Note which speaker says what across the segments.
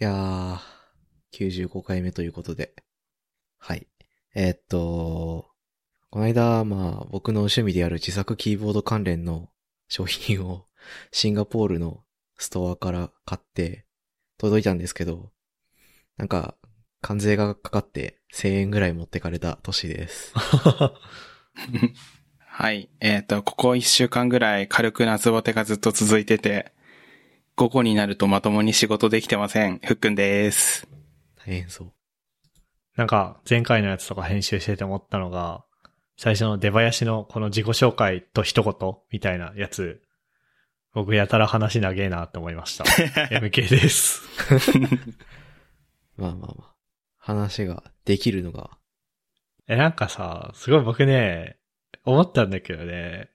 Speaker 1: いやー、95回目ということで。はい。えーっと、この間、まあ、僕の趣味である自作キーボード関連の商品を シンガポールのストアから買って届いたんですけど、なんか、関税がかかって1000円ぐらい持ってかれた年です。
Speaker 2: はい。えっ、と、ここ1週間ぐらい軽く夏ボテがずっと続いてて、午後になるとまともに仕事できてません。ふっくんです。
Speaker 1: 大変そう。
Speaker 3: なんか、前回のやつとか編集してて思ったのが、最初の出囃子のこの自己紹介と一言みたいなやつ、僕やたら話長えなって思いました。MK です。
Speaker 1: まあまあまあ。話ができるのが、
Speaker 3: え、なんかさ、すごい僕ね、思ったんだけどね、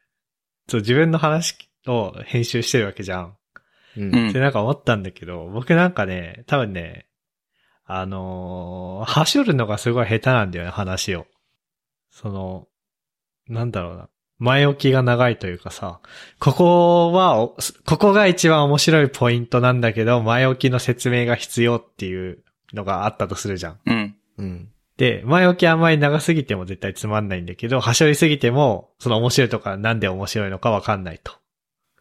Speaker 3: そう自分の話を編集してるわけじゃん。
Speaker 1: うん。
Speaker 2: うん
Speaker 3: で、なんか思ったんだけど、僕なんかね、多分ね、あのー、はしょるのがすごい下手なんだよね、話を。その、なんだろうな。前置きが長いというかさ、ここはお、ここが一番面白いポイントなんだけど、前置きの説明が必要っていうのがあったとするじゃん。
Speaker 2: うん。
Speaker 1: うん。
Speaker 3: で、前置きあんまり長すぎても絶対つまんないんだけど、はしょりすぎても、その面白いとかなんで面白いのかわかんないと。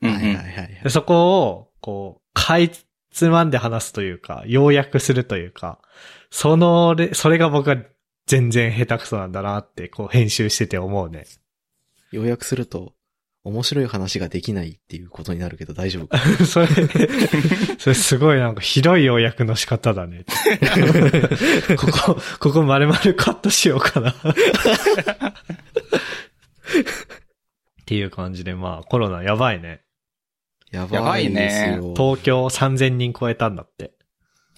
Speaker 2: うん、
Speaker 1: はいはいはいはい
Speaker 3: で。そこを、こう、かいつまんで話すというか、要約するというか、そのれ、それが僕は全然下手くそなんだなって、こう編集してて思うね。
Speaker 1: 要約すると、面白い話ができないっていうことになるけど大丈夫か
Speaker 3: それ、それすごいなんかひどい要約の仕方だね。 ここ、ここ丸々カットしようかな。っていう感じで、まあコロナやばいね。
Speaker 1: やばいですよ。
Speaker 3: 東京3000人超えたんだって。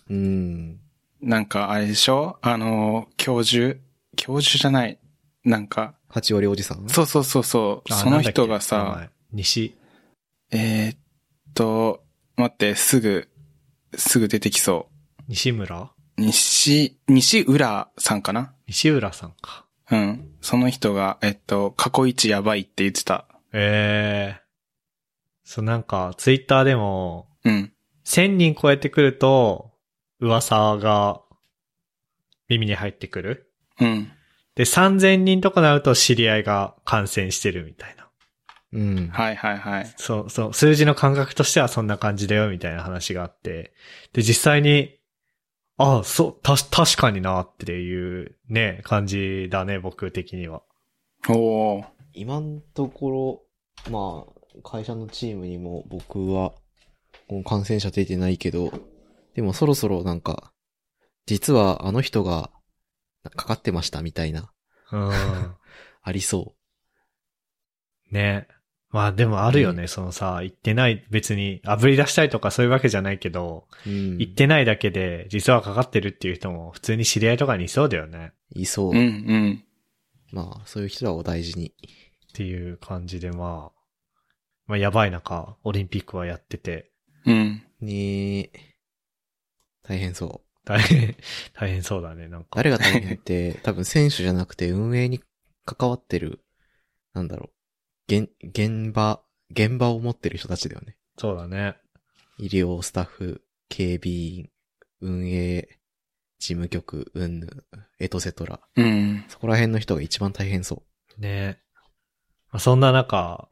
Speaker 1: うん。
Speaker 2: なんか、あれでしょあの、教授教授じゃない。なんか、
Speaker 1: 八割おじさん
Speaker 2: そうそうそうそう。
Speaker 3: あ
Speaker 2: その人が、
Speaker 3: なんだっ
Speaker 2: さ、
Speaker 3: け名前西。
Speaker 2: えーっと、待って、すぐ、すぐ出てきそ
Speaker 3: 西村
Speaker 2: う。西、西浦さんかな
Speaker 3: 西浦さんか。
Speaker 2: うん。その人が、えっと、過去一やばいって言ってた。
Speaker 3: ええそう、なんか、ツイッターでも、
Speaker 2: うん。
Speaker 3: 1000人超えてくると、噂が耳に入ってくる。
Speaker 2: うん。
Speaker 3: で、3000人とかなると知り合いが感染してるみたいな。
Speaker 1: うん。
Speaker 2: はいはいはい。
Speaker 3: そうそう、数字の感覚としてはそんな感じだよみたいな話があって。で、実際に、ああ、そう、た、確かになっていうね、感じだね、僕的には。
Speaker 2: おー。
Speaker 1: 今のところ、まあ、会社のチームにも僕は、もう感染者出てないけど、でもそろそろなんか、実はあの人が、かかってましたみたいな、
Speaker 3: うん。
Speaker 1: ありそ
Speaker 3: ね。まあでもあるよね、そのさ、行ってない、別に、あぶり出したいとかそういうわけじゃないけど、
Speaker 1: う。うん。
Speaker 3: 行っ、てないだけで、実はかかってるっていう人も、普通に知り合いとかにいそうだよね。
Speaker 1: いそう。
Speaker 2: うんうん。
Speaker 1: まあ、そういう人らを大事に。
Speaker 3: っていう感じで、まあ、まあやばい中、オリンピックはやってて、
Speaker 2: うん。
Speaker 1: ねえ。大変そう。
Speaker 3: 大変、 大変そうだね、なんか。
Speaker 1: 誰が大変って、多分選手じゃなくて運営に関わってる、なんだろう、現、現場、現場を持ってる人たちだよね。
Speaker 3: そうだね。
Speaker 1: 医療スタッフ、警備員、運営、事務局、うんぬ、エトセトラ。
Speaker 2: うん。
Speaker 1: そこら辺の人が一番大変そ
Speaker 3: ね。まあそんな中、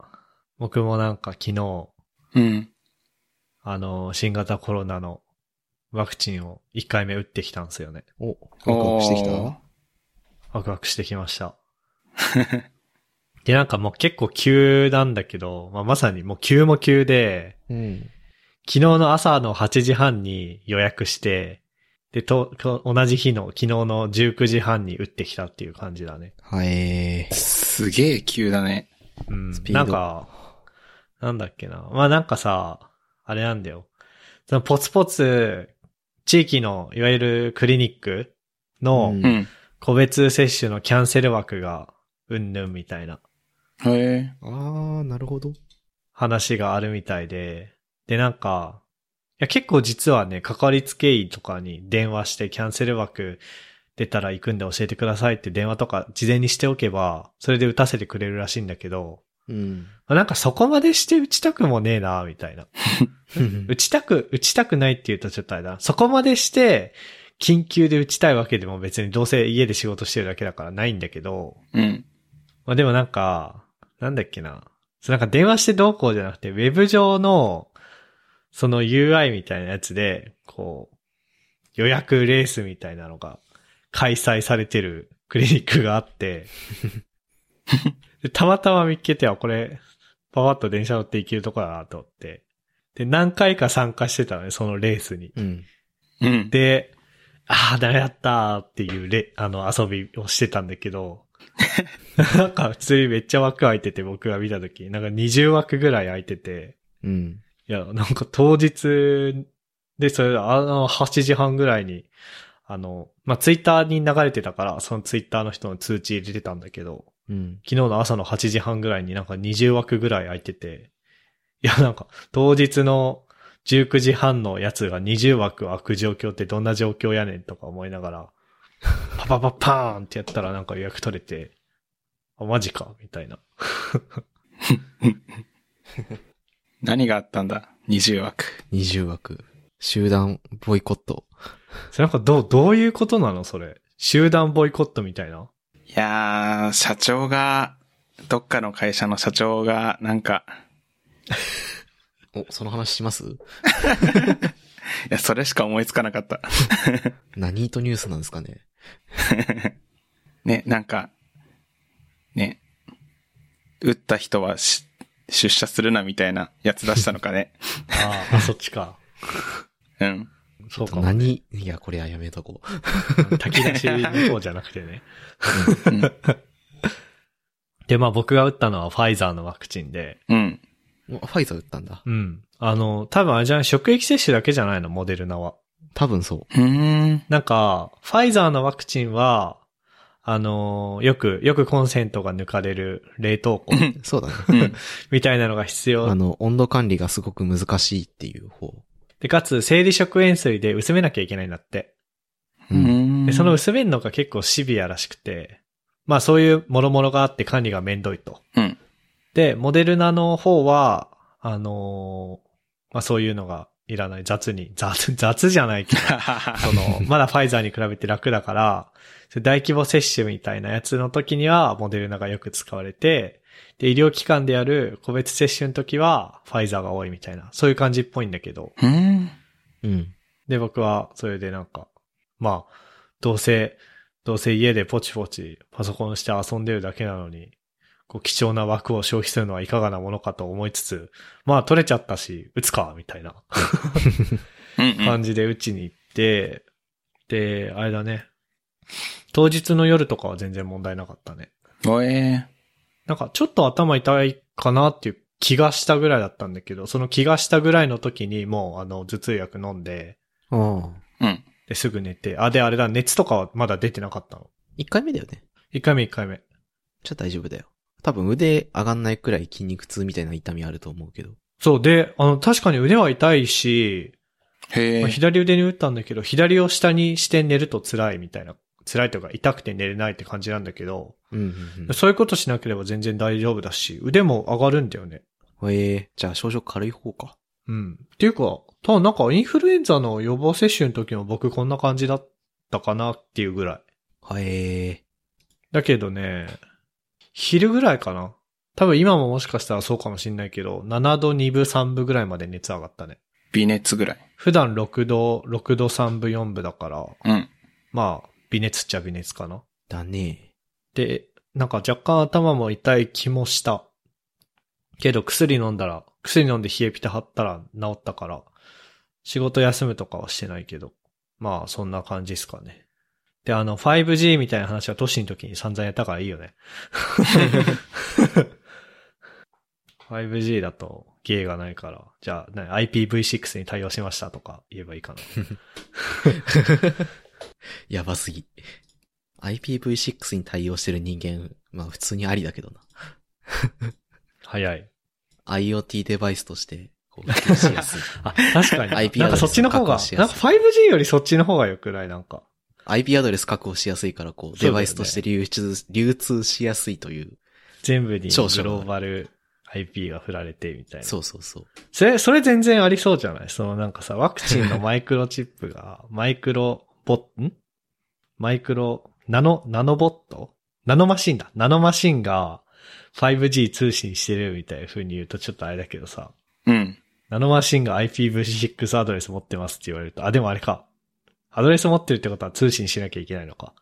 Speaker 3: 僕もなんか昨日、
Speaker 2: うん。
Speaker 3: あの、新型コロナのワクチンを1回目打ってきたんですよね。
Speaker 1: う。お、ワクワクしてきた
Speaker 2: おー
Speaker 3: ワクワクしてきました。で、なんかもう結構急なんだけど、まあ、まさにもう急も急で、
Speaker 1: うん。
Speaker 3: 昨日の朝の8時半に予約して、で、と、と同じ日の昨日の19時半に打ってきたっていう感じだね。
Speaker 1: はい。
Speaker 2: すげえ急だね。
Speaker 3: うん
Speaker 1: ス。ピード
Speaker 3: なんか、なんだっけな。まあなんかさ、あれなんだよ。そのポツポツ、地域の、いわゆるクリニックの
Speaker 1: うん
Speaker 2: うん。
Speaker 3: 個別接種のキャンセル枠が、うんぬんみたいな。
Speaker 2: へえ。
Speaker 1: あー、なるほど。
Speaker 3: 話があるみたいで、で、なんか、いや結構実はね、かかりつけ医とかに電話してキャンセル枠出たら行くんで教えてくださいって電話とか事前にしておけば、それで打たせてくれるらしいんだけど、
Speaker 1: うん。
Speaker 3: なんかそこまでして打ちたくもねえな、みたいな。打ちたく、打ちたくないって言うとちょっとあれだな。そこまでして、緊急で打ちたいわけでも別にどうせ家で仕事してるだけだからないんだけど、
Speaker 2: うん。
Speaker 3: まあでもなんか、なんだっけな。そうなんか電話してどうこうじゃなくて、ウェブ上の、その UI みたいなやつで、こう、予約レースみたいなのが開催されてる クリニックがあって、でたまたま見っけては、これ、パワッと電車乗って行けるとこだなと思って。で、何回か参加してたのね、そのレースに。
Speaker 1: うん。
Speaker 2: うん。
Speaker 3: で、ああ、ダメだったーっていうれ、あの、遊びをしてたんだけど、 なんか普通にめっちゃ枠空いてて僕が見た時なんか20枠ぐらい空いてて、
Speaker 1: うん。
Speaker 3: いや、なんか当日で、それ、あの、8時半ぐらいに、あの、まあ、ツイッターに流れてたから、そのツイッターの人の通知入れてたんだけど、
Speaker 1: うん。
Speaker 3: 昨日の朝の8時半ぐらいになんか20枠ぐらい空いてて、いやなんか当日の19時半のやつが20枠空く状況ってどんな状況やねんとか思いながら、パパパパーンってやったらなんか予約取れて、あ、マジかみたいな。
Speaker 2: 何があったんだ ?20 枠。
Speaker 1: 20枠。集団ボイコット。
Speaker 3: それなんかどう、どういうことなのそれ。集団ボイコットみたいな。
Speaker 2: いやー、社長が、どっかの会社の社長が、なんか、
Speaker 1: お、その話します
Speaker 2: いや、それしか思いつかなかった。
Speaker 1: 何とニュースなんですかね
Speaker 2: ね、なんか、ね、打った人はし出社するなみたいなやつ出したのかね。
Speaker 3: あーあ、そっちか。
Speaker 2: うん。
Speaker 3: そうかも。
Speaker 1: 何いや、これはやめとこ
Speaker 3: 炊き出しの方じゃなくてね。
Speaker 2: うん。
Speaker 3: で、まあ僕が打ったのはファイザーのワクチンで、
Speaker 2: うん。
Speaker 1: う。 おファイザー打ったんだ。
Speaker 3: うん。あの、多分あれじゃん、職域接種だけじゃないの、モデルナは。
Speaker 1: 多分そう
Speaker 2: ーん。
Speaker 3: なんか、ファイザーのワクチンは、あのーよく、よくコンセントが抜かれる冷凍庫
Speaker 1: う。そう だね。
Speaker 2: うん。
Speaker 3: みたいなのが必
Speaker 1: あ
Speaker 3: 要。
Speaker 1: の、温度管理がすごく難しいっていう方。
Speaker 3: で、かつ、生理食塩水で薄めなきゃいけないんだって。
Speaker 2: う。ん
Speaker 3: で、その薄めるのが結構シビアらしくて、まあそういう諸々があって管理がめんどいと。
Speaker 2: うん。
Speaker 3: で、モデルナの方は、あのーまあそういうのがいらない。雑に、雑、雑じゃないけど。その、まだファイザーに比べて楽だから、それ大規模接種みたいなやつの時にはモデルナがよく使われて、で、医療機関でやる個別接種の時はファイザーが多いみたいな、そういう感じっぽいんだけど、
Speaker 2: うん。
Speaker 1: うん。
Speaker 3: で、僕はそれでなんか、まあ、どうせ、どうせ家でポチポチパソコンして遊んでるだけなのに、こう貴重な枠を消費するのはいかがなものかと思いつつ、まあ取れちゃったし、打つか、みたいな。
Speaker 2: うんうん
Speaker 3: 感じで打ちに行って、で、あれだね。当日の夜とかは全然問題なかったね。
Speaker 2: おえ
Speaker 3: なんかちょっと頭痛いかなっていう気がしたぐらいだったんだけど、その気がしたぐらいの時にもうあの頭痛薬飲んで、
Speaker 1: ああ。
Speaker 2: ー。うん。
Speaker 3: ですぐ寝て、あ、であれだ、熱とかはまだ出てなかったの。
Speaker 1: 1回目だよね。
Speaker 3: 1回目1回目。
Speaker 1: じゃあ大丈夫だよ。多分腕上がんないくらい筋肉痛みたいな痛みあると思うけど。
Speaker 3: そう、で、あの、確かに腕は痛いし、
Speaker 2: へ
Speaker 3: まあ
Speaker 2: え。
Speaker 3: 左腕に打ったんだけど、左を下にして寝ると辛いみたいな、辛いというか痛くて寝れないって感じなんだけど、
Speaker 1: うんうん
Speaker 3: そういうことしなければ全然大丈夫だし、腕も上がるんだよね。
Speaker 1: うん。ええじゃあ症状軽い方か。
Speaker 3: うん。っていうか、ただなんかインフルエンザの予防接種の時も僕こんな感じだったかなっていうぐらい。
Speaker 1: はえ
Speaker 3: だけどね、昼ぐらいかな。多分今ももしかしたらそうかもしんないけど、7度2分3分ぐらいまで熱上がったね。
Speaker 2: 微熱ぐらい。
Speaker 3: 普段6度、6度3分4分だから、
Speaker 2: うん。
Speaker 3: まあ、微熱っちゃ微熱かな。
Speaker 1: だね。
Speaker 3: で、なんか若干頭も痛い気もした。けど薬飲んだら、薬飲んで冷えピタ張ったら治ったから、仕事休むとかはしてないけど。まあ、そんな感じですかね。で、あの、5G みたいな話は都市の時に散々やったからいいよ ね。5G だと芸がないから、じゃあ、ね、IPv6 に対応しましたとか言えばいい かな。
Speaker 1: やばすぎ。IPv6 に対応してる人間、まあ普通にありだけどな。
Speaker 3: 早い。
Speaker 1: IoT デバイスとして、こう、普及しやすい。
Speaker 3: あ、確か
Speaker 1: IP
Speaker 3: に。なんかそっちの方
Speaker 1: アドレス確保し
Speaker 3: が、な
Speaker 1: や
Speaker 3: んか
Speaker 1: す
Speaker 3: 5G よりそっちの方が良くないなんか。
Speaker 1: IP アドレス確保しやすいから、こう、
Speaker 3: そうだよね
Speaker 1: デバイスとして流出、流通しやすいという。
Speaker 3: 全部にグ
Speaker 1: 少
Speaker 3: ロ
Speaker 1: 々
Speaker 3: ーバル IP が振られてみたいな。
Speaker 1: そうそうそう。
Speaker 3: それ、それ全然ありそうじゃないそのなんかさ、ワクチンのマイクロチップが、 マイクロボット、んマイクロ、ナノ、ナノボットナノマシンだ。ナノマシンが 5G 通信してるみたいな風に言うとちょっとあれだけどさ、
Speaker 2: うん。
Speaker 3: ナノマシンが IPv6 アドレス持ってますって言われると、あ、でもあれか。アドレス持ってるってことは通信しなきゃいけないのか。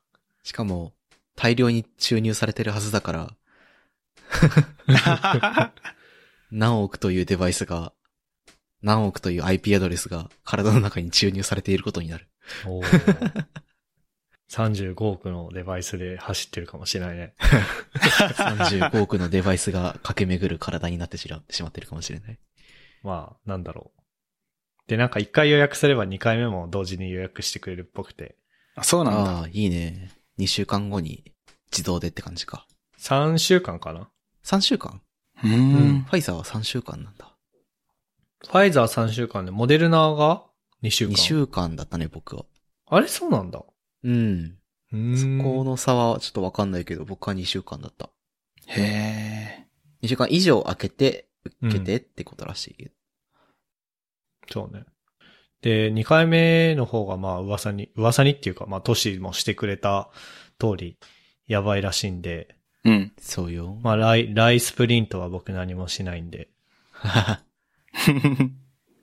Speaker 1: しかも、大量に注入されてるはずだから、何億というデバイスが、何億という IP アドレスが体の中に注入されていることになる。
Speaker 3: お ー35億のデバイスで走ってるかもしれないね。
Speaker 1: 35億のデバイスが駆け巡る体になってしらしまってるかもしれない。
Speaker 3: まあ、なんだろう。で、なんか一回予約すれば二回目も同時に予約してくれるっぽくて。
Speaker 2: あそうなんだ。
Speaker 1: ああ、いいね。2週間後に自動でって感じか。
Speaker 3: 3週間かな
Speaker 1: 3週間
Speaker 2: うー
Speaker 1: うんフ。ァイザーは3週間なんだ。
Speaker 3: ファイザー3週間で、モデルナが2週間。
Speaker 1: 2週間だったね、僕は。
Speaker 3: あれそうなんだ。う
Speaker 1: うん。
Speaker 3: ー
Speaker 1: そ
Speaker 3: ん
Speaker 1: この差はちょっとわかんないけど、僕は2週間だった。
Speaker 2: へえ。
Speaker 1: 2週間以上空けて、受けてってことらしいけど。
Speaker 3: そうね。で、2回目の方がまあ噂に、噂にっていうか、まあ都市もしてくれた通り、やばいらしいんで、
Speaker 2: うん。
Speaker 1: そうよ。
Speaker 3: まあ来、来スプリントは僕何もしないんで。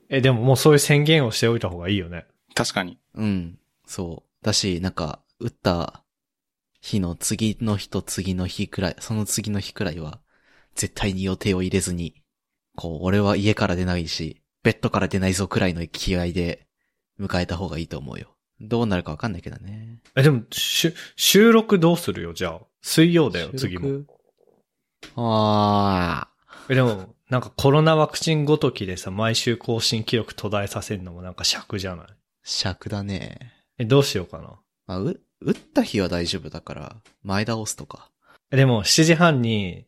Speaker 3: え、でももうそういう宣言をしておいた方がいいよね。
Speaker 2: 確かに。
Speaker 1: うん。そう。だし、なんか、打った日の次の日と次の日くらい、その次の日くらいは、絶対に予定を入れずに、こう、俺は家から出ないし、ベッドから出ないぞくらいの気合で、迎えた方がいいと思うよ。どうなるかわかんないけどね。
Speaker 3: え、でも、しゅ、収録どうするよ、じゃあ。水曜だよ、次も。
Speaker 1: 収録。あ
Speaker 3: え、でも、なんかコロナワクチンごときでさ、毎週更新記録途絶えさせるのもなんか尺じゃない
Speaker 1: ー、尺だね。
Speaker 3: え、どうしようかな。
Speaker 1: まあ、う、打った日は大丈夫だから、前倒すとか。
Speaker 3: えでも、7時半に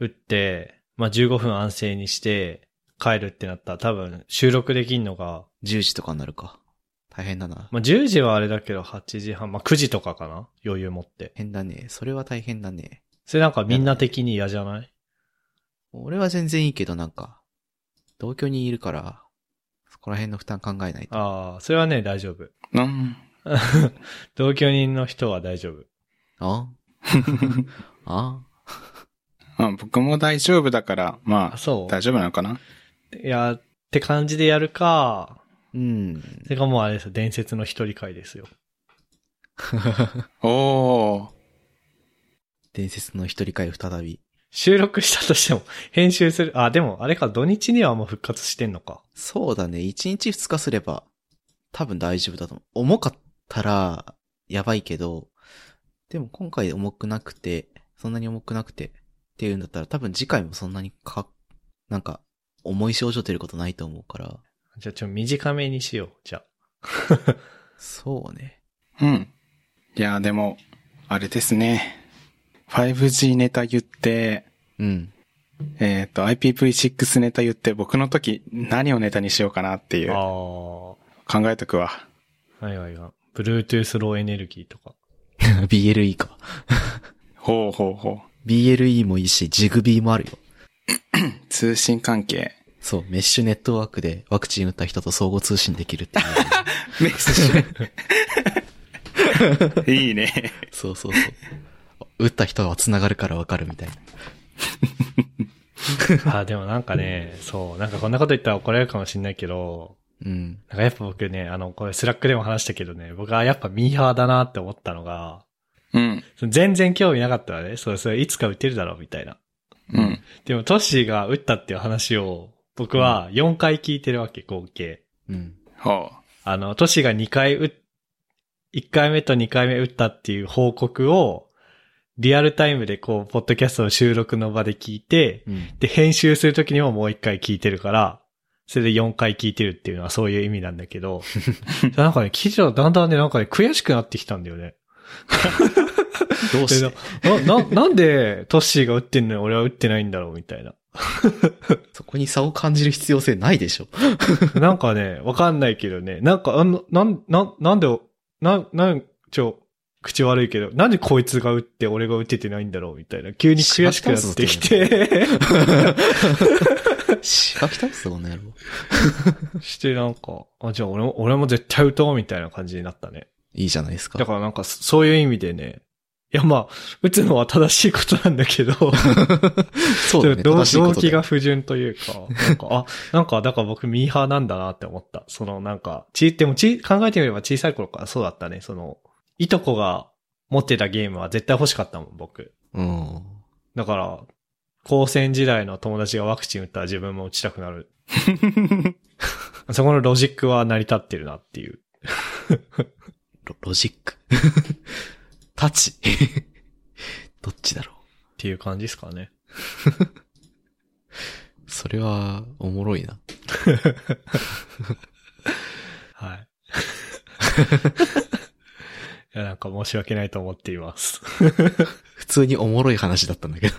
Speaker 3: 打って、まあ、15分安静にして、帰るってなったら多分収録できんのが、
Speaker 1: 10時とかになるか。大変だな。
Speaker 3: まあ、10時はあれだけど8時半、まあ、9時とかかな余裕持って。
Speaker 1: 変だね。それは大変だね。
Speaker 3: それなんかみんな的に嫌じゃない
Speaker 1: 俺は全然いいけどなんか、同居にいるから、そこら辺の負担考えないと。
Speaker 3: ああ、それはね、大丈夫。
Speaker 2: うん。
Speaker 3: 同居人の人は大丈夫。
Speaker 1: あ あ
Speaker 2: まあ僕も大丈夫だから、ま
Speaker 3: あ、
Speaker 2: あ、
Speaker 3: そう
Speaker 2: 大丈夫なのかな。
Speaker 3: いや、って感じでやるか、
Speaker 1: うん。
Speaker 3: それかもうあれですよ、伝説の一人会ですよ。
Speaker 2: おー。
Speaker 1: 伝説の一人会再び。
Speaker 3: 収録したとしても、 編集する、あ、でもあれか、土日にはもう復活してんのか。
Speaker 1: そうだね。1日2日すれば、多分大丈夫だと思う。重かったら、やばいけど、でも今回重くなくて、そんなに重くなくて、っていうんだったら多分次回もそんなにか、なんか、重い症状出ることないと思うから、
Speaker 3: じゃあちょ、短めにしよう、じゃあ。
Speaker 1: そうね。
Speaker 2: うん。いや、でも、あれですね。5G ネタ言って、
Speaker 1: うん。
Speaker 2: えっ、と、IPv6 ネタ言って、僕の時何をネタにしようかなっていう、
Speaker 3: あ
Speaker 2: 考えとくわ。
Speaker 3: あ、はいはいはい。Bluetooth ローエネルギーとか。
Speaker 1: BLE か。
Speaker 2: ほうほうほ
Speaker 1: BLE もいいし、ジグビーもあるよ。
Speaker 2: う。通信関係。
Speaker 1: そう、メッシュネットワークでワクチン打った人と相互通信できるっていう。
Speaker 2: メッシュ。 いいね。
Speaker 1: そうそうそう。打った人は繋がるからわかるみたいな。
Speaker 3: あーでもなんかね、そう、なんかこんなこと言ったら怒られるかもしんないけど、
Speaker 1: うん。
Speaker 3: なんかやっぱ僕ね、あの、これスラックでも話したけどね、僕はやっぱミーハーだなって思ったのが、
Speaker 2: うん。
Speaker 3: その全然興味なかったわね。そうそう、いつか打てるだろうみたいな。
Speaker 2: うん。
Speaker 3: でもトッシーが打ったっていう話を、僕は4回聞いてるわけ、合計。
Speaker 1: うん。
Speaker 2: ほ
Speaker 3: あの、トシが2回打っ、1回目と2回目打ったっていう報告を、リアルタイムでこう、ポッドキャストの収録の場で聞いて、
Speaker 1: うん。
Speaker 3: で、編集するときにももう1回聞いてるから、それで4回聞いてるっていうのはそういう意味なんだけど、なんかね、記事はだんだんね、なんかね、悔しくなってきたんだよね。
Speaker 1: どうして
Speaker 3: でな、な、なんでトッシーが打ってんのに俺は打ってないんだろうみたいな。
Speaker 1: そこに差を感じる必要性ないでしょ。
Speaker 3: なんかね、わかんないけどね、なんか、あの、なん、なん、なんで、な、なん、ちょ、口悪いけど、なんでこいつが打って俺が打ててないんだろうみたいな。急に悔しくなってきて、
Speaker 1: しばき倒すこの野郎。
Speaker 3: してなんか、あ、じゃあ俺も、俺も絶対打とうみたいな感じになったね。
Speaker 1: いいじゃないですか。
Speaker 3: だからなんかそ、そういう意味でね、いやまあ、打つのは正しいことなんだけど、
Speaker 1: そうだね。
Speaker 3: 動
Speaker 1: 正しいこ
Speaker 3: 動
Speaker 1: と
Speaker 3: 機
Speaker 1: で
Speaker 3: が不純というか、なんか、あ、なんか、だから僕ミーハーなんだなって思った。そのなんか、ち、でもち、考えてみれば小さい頃からそうだったね。その、いとこが持ってたゲームは絶対欲しかったもん、僕。
Speaker 1: うん。
Speaker 3: だから、高専時代の友達がワクチン打ったら自分も打ちたく なる。そこのロジックは成り立ってるなっていう。
Speaker 1: ロロジック。 タチ。 どっちだろ
Speaker 3: っていう感じですかね。
Speaker 1: う。それは、おもろいな。
Speaker 3: はい。 いや、なんか申し訳ないと思っています。
Speaker 1: 普通におもろい話だったんだけど。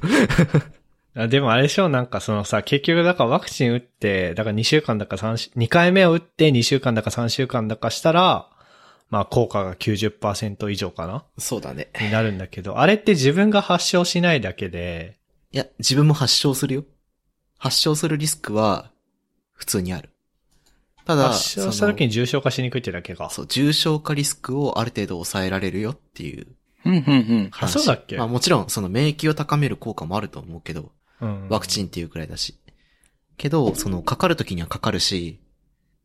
Speaker 3: あでもあれでしょなんかそのさ、結局だからワクチン打って、だから2週間だか3週、2回目を打って2週間だか3週間だかしたら、まあ効果が90%以上かな
Speaker 1: そうだね。
Speaker 3: になるんだけど、あれって自分が発症しないだけで、
Speaker 1: いや、自分も発症するよ。発症するリスクは、普通にある。ただ、
Speaker 3: 発症した時に重症化しにくいってだけ
Speaker 1: その
Speaker 3: か。
Speaker 1: そう、重症化リスクをある程度抑えられるよっていう
Speaker 2: うん、うん、うん。
Speaker 1: 話。
Speaker 3: あそうだっけ
Speaker 1: まあもちろん、その免疫を高める効果もあると思うけど、
Speaker 3: うん
Speaker 1: ワクチンっていうくらいだし。けど、その、かかる時にはかかるし、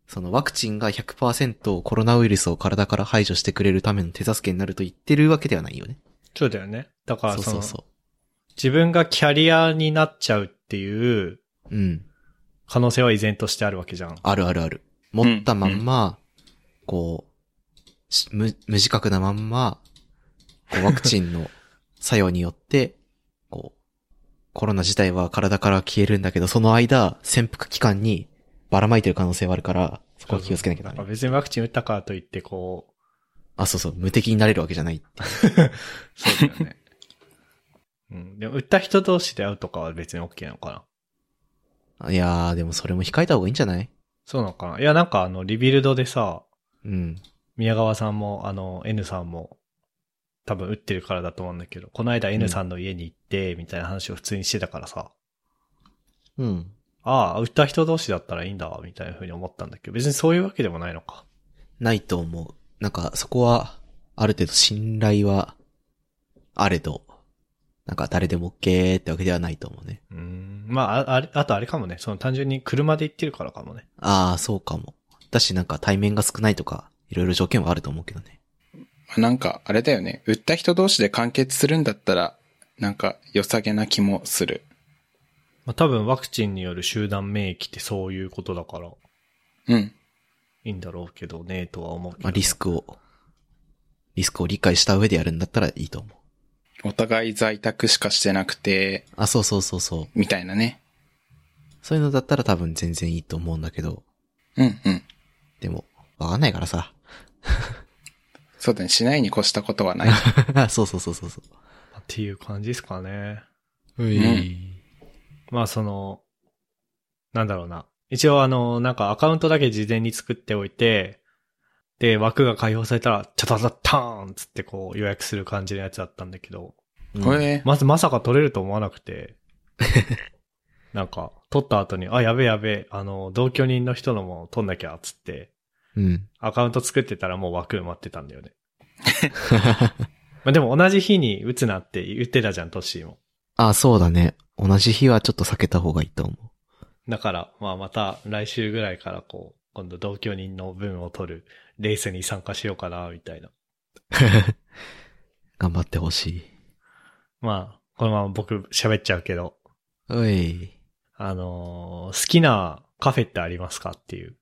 Speaker 1: そのワクチンが100%コロナウイルスを体から排除してくれるための手助けになると言ってるわけではないよね。
Speaker 3: そうだよね。だから
Speaker 1: そう
Speaker 3: そ
Speaker 1: そ
Speaker 3: の
Speaker 1: う、そ
Speaker 3: 自分がキャリアになっちゃうっていう
Speaker 1: う。うん。
Speaker 3: 可能性は依然としてあるわけじゃん。
Speaker 1: あるあるある。持ったまんま、こう、し無、無自覚なまんま、こうワクチンの作用によって、 こう、コロナ自体は体から消えるんだけど、その間、潜伏期間にばらまいてる可能性はあるから、そこは気をつけなきゃダ
Speaker 3: だから
Speaker 1: メ。
Speaker 3: 別にワクチン打ったからといってこう、
Speaker 1: あ、そうそう、無敵になれるわけじゃない。
Speaker 2: そうだよね。
Speaker 3: うん。でも、売った人同士で会うとかは別に OK なのかな
Speaker 1: あいやー、でもそれも控えた方がいいんじゃない
Speaker 3: そうなのかないや、なんかあの、リビルドでさ、
Speaker 1: うん。
Speaker 3: 宮川さんも、あの、N さんも、多分売ってるからだと思うんだけど、この間 N さんの家に行って、みたいな話を普通にしてたからさ、
Speaker 1: うん。
Speaker 3: ああ、売った人同士だったらいいんだ、みたいな風に思ったんだけど、別にそういうわけでもないのか。
Speaker 1: ないと思う。なんか、そこは、ある程度信頼は、あれど、なんか誰でも OK ってわけではないと思うね。
Speaker 3: うーん。まあ、ああれ、あとあれかもね、その単純に車で行ってるからかもね。
Speaker 1: ああ、そうかも。だし、なんか対面が少ないとか、いろいろ条件はあると思うけどね。
Speaker 2: まあなんか、あれだよね。売った人同士で完結するんだったら、なんか、良さげな気もする。
Speaker 3: まあ多分ワクチンによる集団免疫ってそういうことだから、
Speaker 2: うん。
Speaker 3: いいんだろうけどね、とは思うけどね、
Speaker 1: まあ、リスクを、リスクを理解した上でやるんだったらいいと思う。
Speaker 2: お互い在宅しかしてなくて、
Speaker 1: あ、そうそうそうそう。
Speaker 2: みたいなね。
Speaker 1: そういうのだったら多分全然いいと思うんだけど、
Speaker 2: うん、うん。
Speaker 1: でも、わかんないからさ。
Speaker 2: そうだね。しないに越したこと はない。
Speaker 1: そうそうそうそうそ
Speaker 3: っていう感じですかね。
Speaker 1: う。う
Speaker 2: い
Speaker 3: まあその、なんだろうな。一応あの、なんかアカウントだけ事前に作っておいて、で、枠が開放されたら、チャタタターンっつってこう予約する感じのやつだったんだけど、
Speaker 1: うん
Speaker 2: これ、
Speaker 3: まずまさか取れると思わなくて、なんか、取った後に、あ、やべえやべえ、あの、同居人の人のも取んなきゃっつって、
Speaker 1: うん。
Speaker 3: アカウント作ってたらもう枠埋まってたんだよね。まあでも同じ日に打つなって言ってたじゃん、トッシーも。
Speaker 1: あ、そうだね。同じ日はちょっと避けた方がいいと思う。
Speaker 3: だから、まあまた来週ぐらいからこう、今度同居人の分を取るレースに参加しようかな、みたいな。
Speaker 1: 頑張ってほしい。
Speaker 3: まあ、このまま僕喋っちゃうけど、
Speaker 1: おい。
Speaker 3: あのー好きなカフェってありますかっていう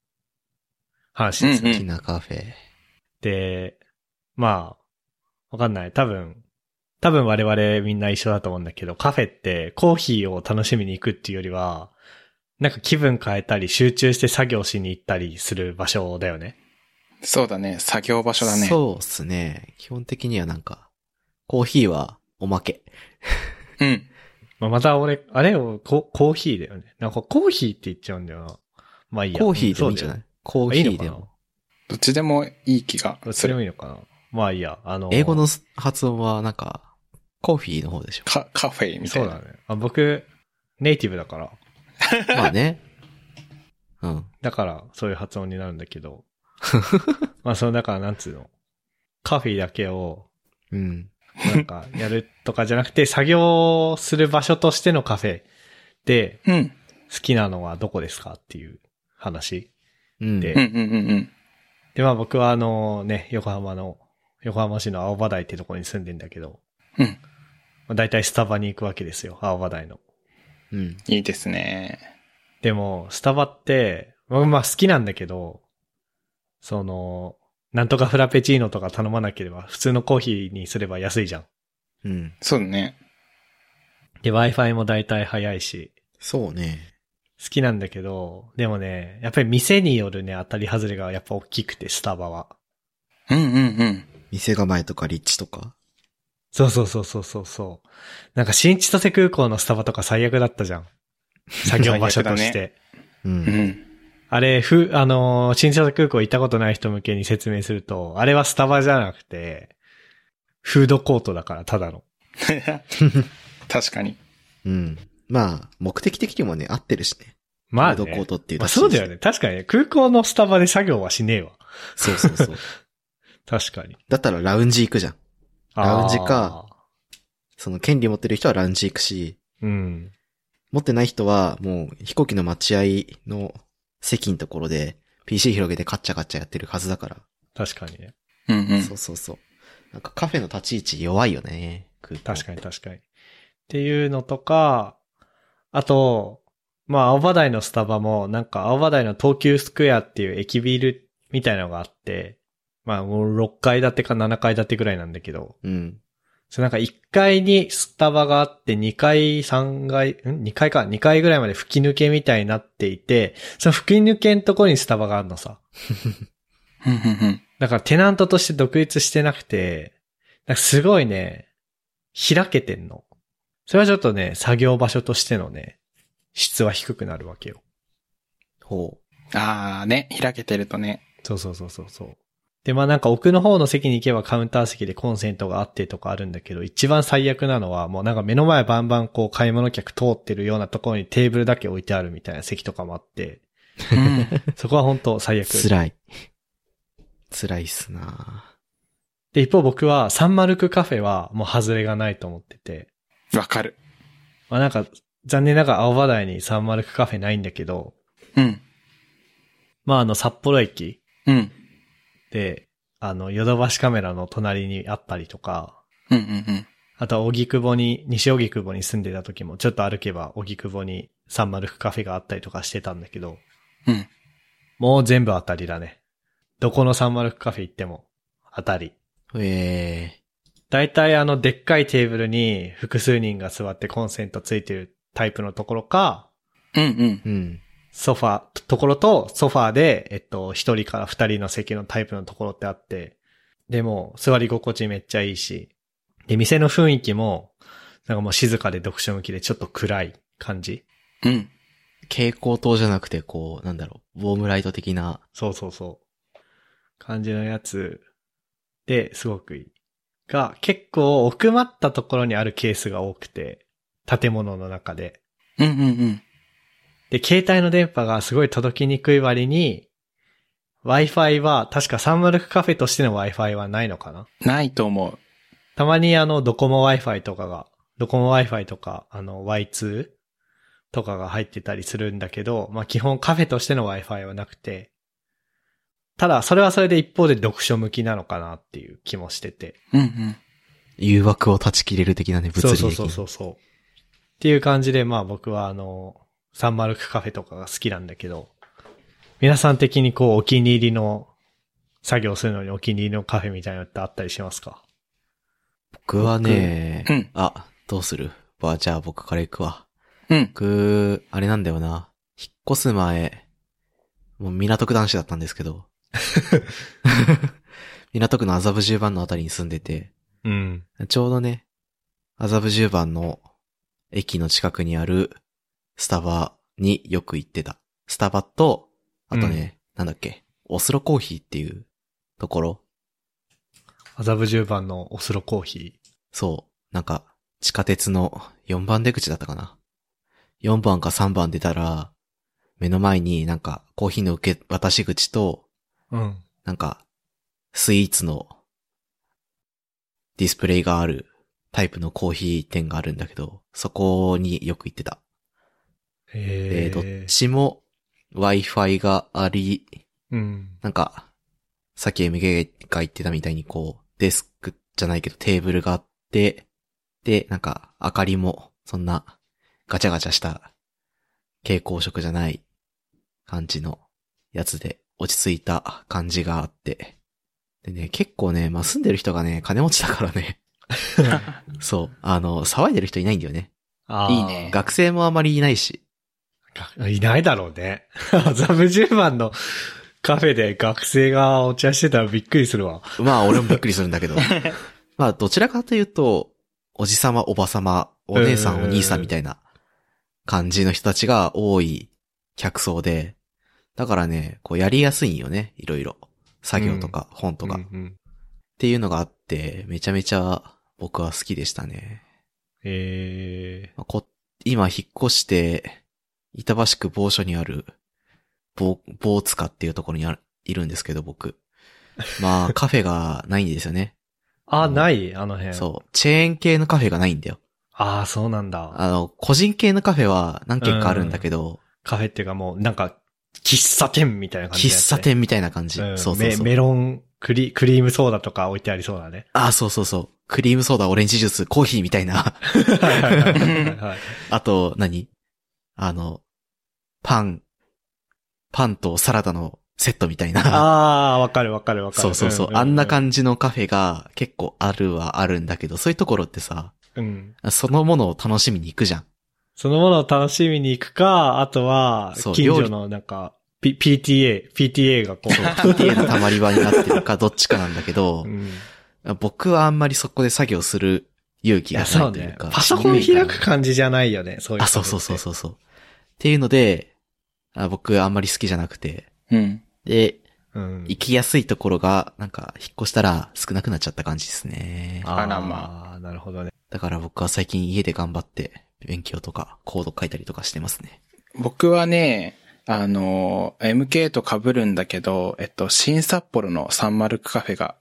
Speaker 3: 話ですね。
Speaker 1: 好きなカフェ。
Speaker 3: で、まあ、わかんない。多分、多分我々みんな一緒だと思うんだけど、カフェってコーヒーを楽しみに行くっていうよりは、なんか気分変えたり集中して作業しに行ったりする場所だよね。
Speaker 2: そうだね。作業場所だね。う。
Speaker 1: そうっすね。基本的にはなんか、コーヒーはおまけ。
Speaker 2: ん。
Speaker 3: まあ、また俺、あれをココーヒーだよね。なんかコーヒーって言っちゃうんだよな。まあいいや。
Speaker 1: コーヒーでもいいんじゃ
Speaker 3: そうだ
Speaker 1: な
Speaker 3: よ
Speaker 1: いコーヒーでも。
Speaker 3: いいのか
Speaker 2: どっちでもいい気が
Speaker 3: なそ
Speaker 2: す
Speaker 3: れも
Speaker 2: る。
Speaker 3: いいのかな。まあいいや、あのー
Speaker 1: 英語の発音はなんか、コーヒーの方でしょ。
Speaker 2: カ、カフェみた
Speaker 3: そ
Speaker 2: いうな。
Speaker 3: だね。あ僕、ネイティブだから。
Speaker 1: まあね。うん。
Speaker 3: だから、そういう発音になるんだ けど。まあ、その、だから、なんつうの。カフェだけを、
Speaker 1: うん。
Speaker 3: な んか、やるとかじゃなくて、作業する場所としてのカフェで、
Speaker 2: うん。
Speaker 3: 好きなのはどこですかっていう話。
Speaker 1: うん。
Speaker 3: で
Speaker 2: うんうんうんうん。
Speaker 3: で、まあ、僕は、あの、ね、横浜の、横浜市の青葉台ってとこに住んでんだけど、
Speaker 2: うん。
Speaker 3: まあ、大体スタバに行くわけですよ、青葉台の。
Speaker 1: うん。
Speaker 2: いいですね。
Speaker 3: でも、スタバって、僕まあ好きなんだけど、その、なんとかフラペチーノとか頼まなければ、普通のコーヒーにすれば安いじゃん。
Speaker 1: うん。
Speaker 2: そうだね。
Speaker 3: で、Wi-Fi も大体早いし、
Speaker 1: そうね。
Speaker 3: 好きなんだけど、でもね、やっぱり店によるね、当たり外れがやっぱ大きくて、スタバは。
Speaker 2: うんうんうん。
Speaker 1: 店構えとか立地とか。
Speaker 3: そうそうそうそうそうそう。なんか新千歳空港のスタバとか最悪だったじゃん。作業場所 とし
Speaker 2: 最
Speaker 3: て。
Speaker 1: う。
Speaker 2: うんん。
Speaker 3: あれ、ふ、あのー、新千歳空港行ったことない人向けに説明すると、あれはスタバじゃなくて、フードコートだから、ただの。
Speaker 2: 確かに。
Speaker 1: うん。まあ、目的的にもね、合ってるしね。
Speaker 3: まあ、
Speaker 1: フードコー
Speaker 3: ね、
Speaker 1: トっていう
Speaker 3: まあ
Speaker 1: 立ち
Speaker 3: そ
Speaker 1: 位
Speaker 3: う
Speaker 1: 置
Speaker 3: だよね。確かにね、空港のスタバで作業はしねえわ。
Speaker 1: そうそう そう。
Speaker 3: 確かに。
Speaker 1: だったらラウンジ行くじゃん。
Speaker 3: あー
Speaker 1: ラウンジか。その権利持ってる人はラウンジ行くし、
Speaker 3: うん。
Speaker 1: 持ってない人はもう飛行機の待合の席のところで PC 広げてカッチャカッチャやってるはずだから。
Speaker 3: 確かにね。
Speaker 2: うんうん
Speaker 1: そうそうそう。なんかカフェの立ち位置弱いよね。空港
Speaker 3: 確かに確かに。っていうのとか、あと、まあ、青葉台のスタバも、なんか青葉台の東急スクエアっていう駅ビルみたいなのがあって、まあ、もう6階建てか7階建てぐらいなんだけど、
Speaker 1: うん。
Speaker 3: そうなんか1階にスタバがあって、2階、3階、ん ?2 階か、2階ぐらいまで吹き抜けみたいになっていて、その吹き抜けのとこにスタバがあるのさ。
Speaker 2: うんうんうん。
Speaker 3: だからテナントとして独立してなくて、なんかすごいね、開けてんの。それはちょっとね、作業場所としてのね、質は低くなるわけよ。
Speaker 1: ほ
Speaker 2: ああね、開けてるとね。
Speaker 3: そうそうそうそうそう。で、まあなんか奥の方の席に行けばカウンター席でコンセントがあってとかあるんだけど、一番最悪なのはもうなんか目の前バンバンこう買い物客通ってるようなところにテーブルだけ置いてあるみたいな席とかもあって、
Speaker 2: うん。
Speaker 3: そこは本当最
Speaker 1: う。
Speaker 3: 悪。
Speaker 1: 辛い。辛いっすな
Speaker 3: で、一方僕はサンマルクカフェはもう外れがないと思ってて、
Speaker 2: わかる。
Speaker 3: まあなんか残念ながら青葉台にサンマルクカフェないんだけど、
Speaker 2: うん。
Speaker 3: まああの札幌駅
Speaker 2: うん。
Speaker 3: で、あのヨドバシカメラの隣にあったりとか、
Speaker 2: うんうん
Speaker 3: あとは、荻窪に、西荻窪に住んでた時も、ちょっと歩けば、荻窪にサンマルクカフェがあったりとかしてたんだけど、
Speaker 2: うん。うん。
Speaker 3: もう全部当たりだね。どこのサンマルクカフェ行っても、当たり。
Speaker 1: え
Speaker 3: だいたいあの、でっかいテーブルに複数人が座ってコンセントついてるタイプのところか、
Speaker 2: うんうん
Speaker 1: え。うん。
Speaker 3: ソファ、ところと、ソファーで、えっと、一人から二人の席のタイプのところってあって、でも、座り心地めっちゃいいし、で、店の雰囲気も、なんかもう静かで読書向きでちょっと暗い感じ。
Speaker 2: うん。
Speaker 1: 蛍光灯じゃなくて、こう、なんだろう、ウォームライト的な。
Speaker 3: そうそうそう。感じのやつで、すごくいい。が、結構奥まったところにあるケースが多くて、建物の中で。
Speaker 2: うんうんうん。
Speaker 3: で、携帯の電波がすごい届きにくい割に、Wi-Fi は、確かサンマルクカフェとしての Wi-Fi はないのかな
Speaker 2: ないと思う。
Speaker 3: たまにあの、ドコモ Wi-Fi とかが、ドコモ Wi-Fi とか、あの、Y2 とかが入ってたりするんだけど、まあ基本カフェとしての Wi-Fi はなくて、ただ、それはそれで一方で読書向きなのかなっていう気もしてて。
Speaker 2: うんうん。
Speaker 1: 誘惑を断ち切れる的なね、物
Speaker 3: そう
Speaker 1: 理的
Speaker 3: そ
Speaker 1: な。
Speaker 3: うそうそうそう。っていう感じで、まあ僕はあの、サンマルクカフェとかが好きなんだけど、皆さん的にこうお気に入りの、作業するのにお気に入りのカフェみたいなのってあったりしますか
Speaker 1: 僕はね、
Speaker 2: うん
Speaker 1: あ、どうするばあ、じゃあ僕から行くわ。
Speaker 2: うん。
Speaker 1: 僕、あれなんだよな。引っ越す前、もう港区男子だったんですけど。港区の麻布十番のあたりに住んでて、
Speaker 3: うん。
Speaker 1: ちょうどね、麻布十番の駅の近くにあるスタバによく行ってた。スタバと、あとね、なんだっけ、オスロコーヒーっていうところ。
Speaker 3: 麻布十番のオスロコーヒ
Speaker 1: そう。なんか、地下鉄の4番出口だったかな。4番か3番出たら、目の前になんかコーヒーの受け渡し口と、
Speaker 3: ー。うん。
Speaker 1: なんか、スイーツのディスプレイがあるタイプのコーヒー店があるんだけど、そこによく行ってた。で、
Speaker 3: え
Speaker 1: ど
Speaker 3: ー
Speaker 1: っちも Wi-Fi があり、
Speaker 3: うん。
Speaker 1: なんか、さっき MK が言ってたみたいにこう、デスクじゃないけどテーブルがあって、で、なんか、明かりも、そんな、ガチャガチャした、蛍光色じゃない感じのやつで、落ち着いた感じがあって。でね、結構ね、まあ、住んでる人がね、金持ちだからね、そう、あの、騒いでる人いないんだよね。
Speaker 3: あー
Speaker 2: いいね
Speaker 1: 学生もあまりいないし、
Speaker 3: がいないだろうね。 麻布十番のカフェで学生がお茶してたらびっくりするわ。
Speaker 1: まあ、俺もびっくりするんだ けど。まあ、どちらかというと、おじさま、おばさま、お姉さ、
Speaker 3: うんん
Speaker 1: お兄さんみたいな感じの人たちが多い客層で、だからね、こうやりやすいんよね、いろいろ。作業とか本とか、
Speaker 3: うん
Speaker 1: っ
Speaker 3: うん
Speaker 1: ていうのがあって、めちゃめちゃ僕は好きでしたね。
Speaker 3: え
Speaker 1: まあこ今引っ越して、板橋区某所にある、ぼ棒塚っていうところにあるいるんですけど、僕。まあ、カフェがないんですよね。
Speaker 3: ー、あ、ないあの辺。う。
Speaker 1: そう。チェーン系のカフェがないんだよ。
Speaker 3: ああ、そうなんだ。
Speaker 1: あの、個人系のカフェは何軒かあるんだけど、
Speaker 3: カフェっていうかもう、なんか、喫茶店みたいな感じのや
Speaker 1: 喫
Speaker 3: つ
Speaker 1: 茶
Speaker 3: ね、
Speaker 1: 店みたいな感じ。
Speaker 3: ん
Speaker 1: そうそうそう
Speaker 3: メ。メロンクリ、クリームソーダとか置いてありそうだね。
Speaker 1: あ、そうそうそう。クリームソーダ、オレンジジュース、コーヒーみたい な。
Speaker 3: はいはいは いはい
Speaker 1: あと、何あの、パン、パンとサラダのセットみたいな。
Speaker 3: ああ、わかるわかるわかる。
Speaker 1: そうそうそう。
Speaker 3: ん
Speaker 1: あんな感じのカフェが結構あるはあるんだけど、そういうところってさ、
Speaker 3: じ。うん。
Speaker 1: そのものを楽しみに行くじゃん。
Speaker 3: そのものを楽しみに行くか、あとは
Speaker 1: そう、
Speaker 3: 近
Speaker 1: 料
Speaker 3: 所
Speaker 1: 理
Speaker 3: のなんか、P、PTA、PTA がこう。
Speaker 1: PTA の溜まり場になってるか、どっちかなんだけど、
Speaker 3: うん
Speaker 1: 僕はあんまりそこで作業する勇気
Speaker 3: い
Speaker 1: が
Speaker 3: や、
Speaker 1: な
Speaker 3: そ
Speaker 1: いうという
Speaker 3: ね
Speaker 1: か。。
Speaker 3: パソコン開く感じじゃないよね、そういう。
Speaker 1: あ、そうそうそうそうそう。っていうので、あ僕あんまり好きじゃなくて。
Speaker 2: うん。
Speaker 1: で、
Speaker 3: う。うん。
Speaker 1: 行きやすいところが、なんか、引っ越したら少なくなっちゃった感じですね。
Speaker 2: あらま
Speaker 3: あー。なるほどね。
Speaker 1: だから僕は最近家で頑張って、勉強とか、コード書いたりとかしてますね。
Speaker 2: 僕はね、あの、MK と被るんだけど、えっと、新札幌のサンマルクカフェが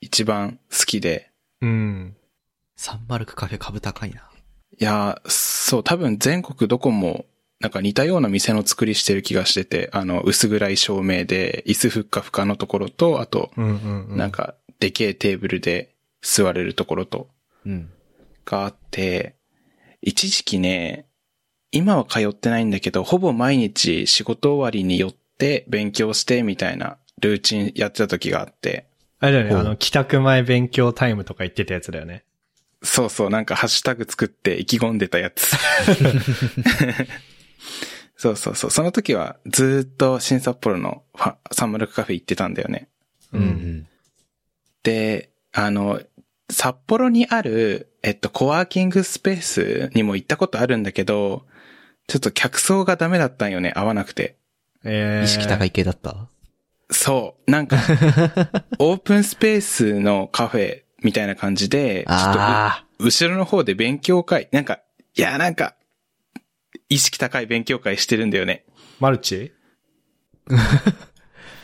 Speaker 2: 一番好きで、
Speaker 3: うん。
Speaker 1: サンマルクカフェ株高いな。
Speaker 2: いやー、そう、多分全国どこも、なんか似たような店の作りしてる気がしてて、あの、薄暗い照明で、椅子ふっかふかのところと、あと、
Speaker 3: うんうんうん。
Speaker 2: なんか、でけえテーブルで座れるところと、
Speaker 1: うん。
Speaker 2: があって、一時期ね、今は通ってないんだけど、ほぼ毎日仕事終わりに寄って勉強してみたいなルーチンやってた時があって、
Speaker 3: あれだよね、
Speaker 1: ほう
Speaker 3: あの、帰宅前勉強タイムとか言ってたやつだよね。
Speaker 2: そうそう、なんかハッシュタグ作って意気込んでたやつ。そうそうそう。その時はずーっと新札幌のファサンマルクカフェ行ってたんだよね。
Speaker 1: うんうん。
Speaker 2: で、あの、札幌にある、えっと、コワーキングスペースにも行ったことあるんだけど、ちょっと客層がダメだったんよね、合わなくて。
Speaker 3: えー、
Speaker 1: 意識高い。系だった
Speaker 2: そう、なんか、オープンスペースのカフェみたいな感じで、ちょっと
Speaker 1: ああ。
Speaker 2: う、後ろの方で勉強会、なんか、いや、なんか、意識高い勉強会してるんだよね。
Speaker 3: マルチ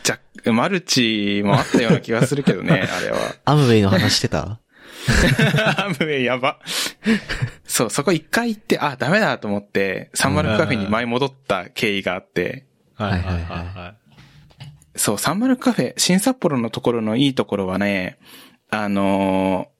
Speaker 2: じゃ、マルチもあったような気がするけど ね、あれは。
Speaker 1: アムウェイの話してた
Speaker 2: アムウェイやば。そう、そこ一回行って、あ、ダメだと思って、サンマルクカフェに前戻った経緯があって、
Speaker 3: はいい
Speaker 1: は
Speaker 3: はいい
Speaker 1: はい
Speaker 3: は
Speaker 2: そう、サンマルクカフェ、新札幌のところのいいところはね、あのー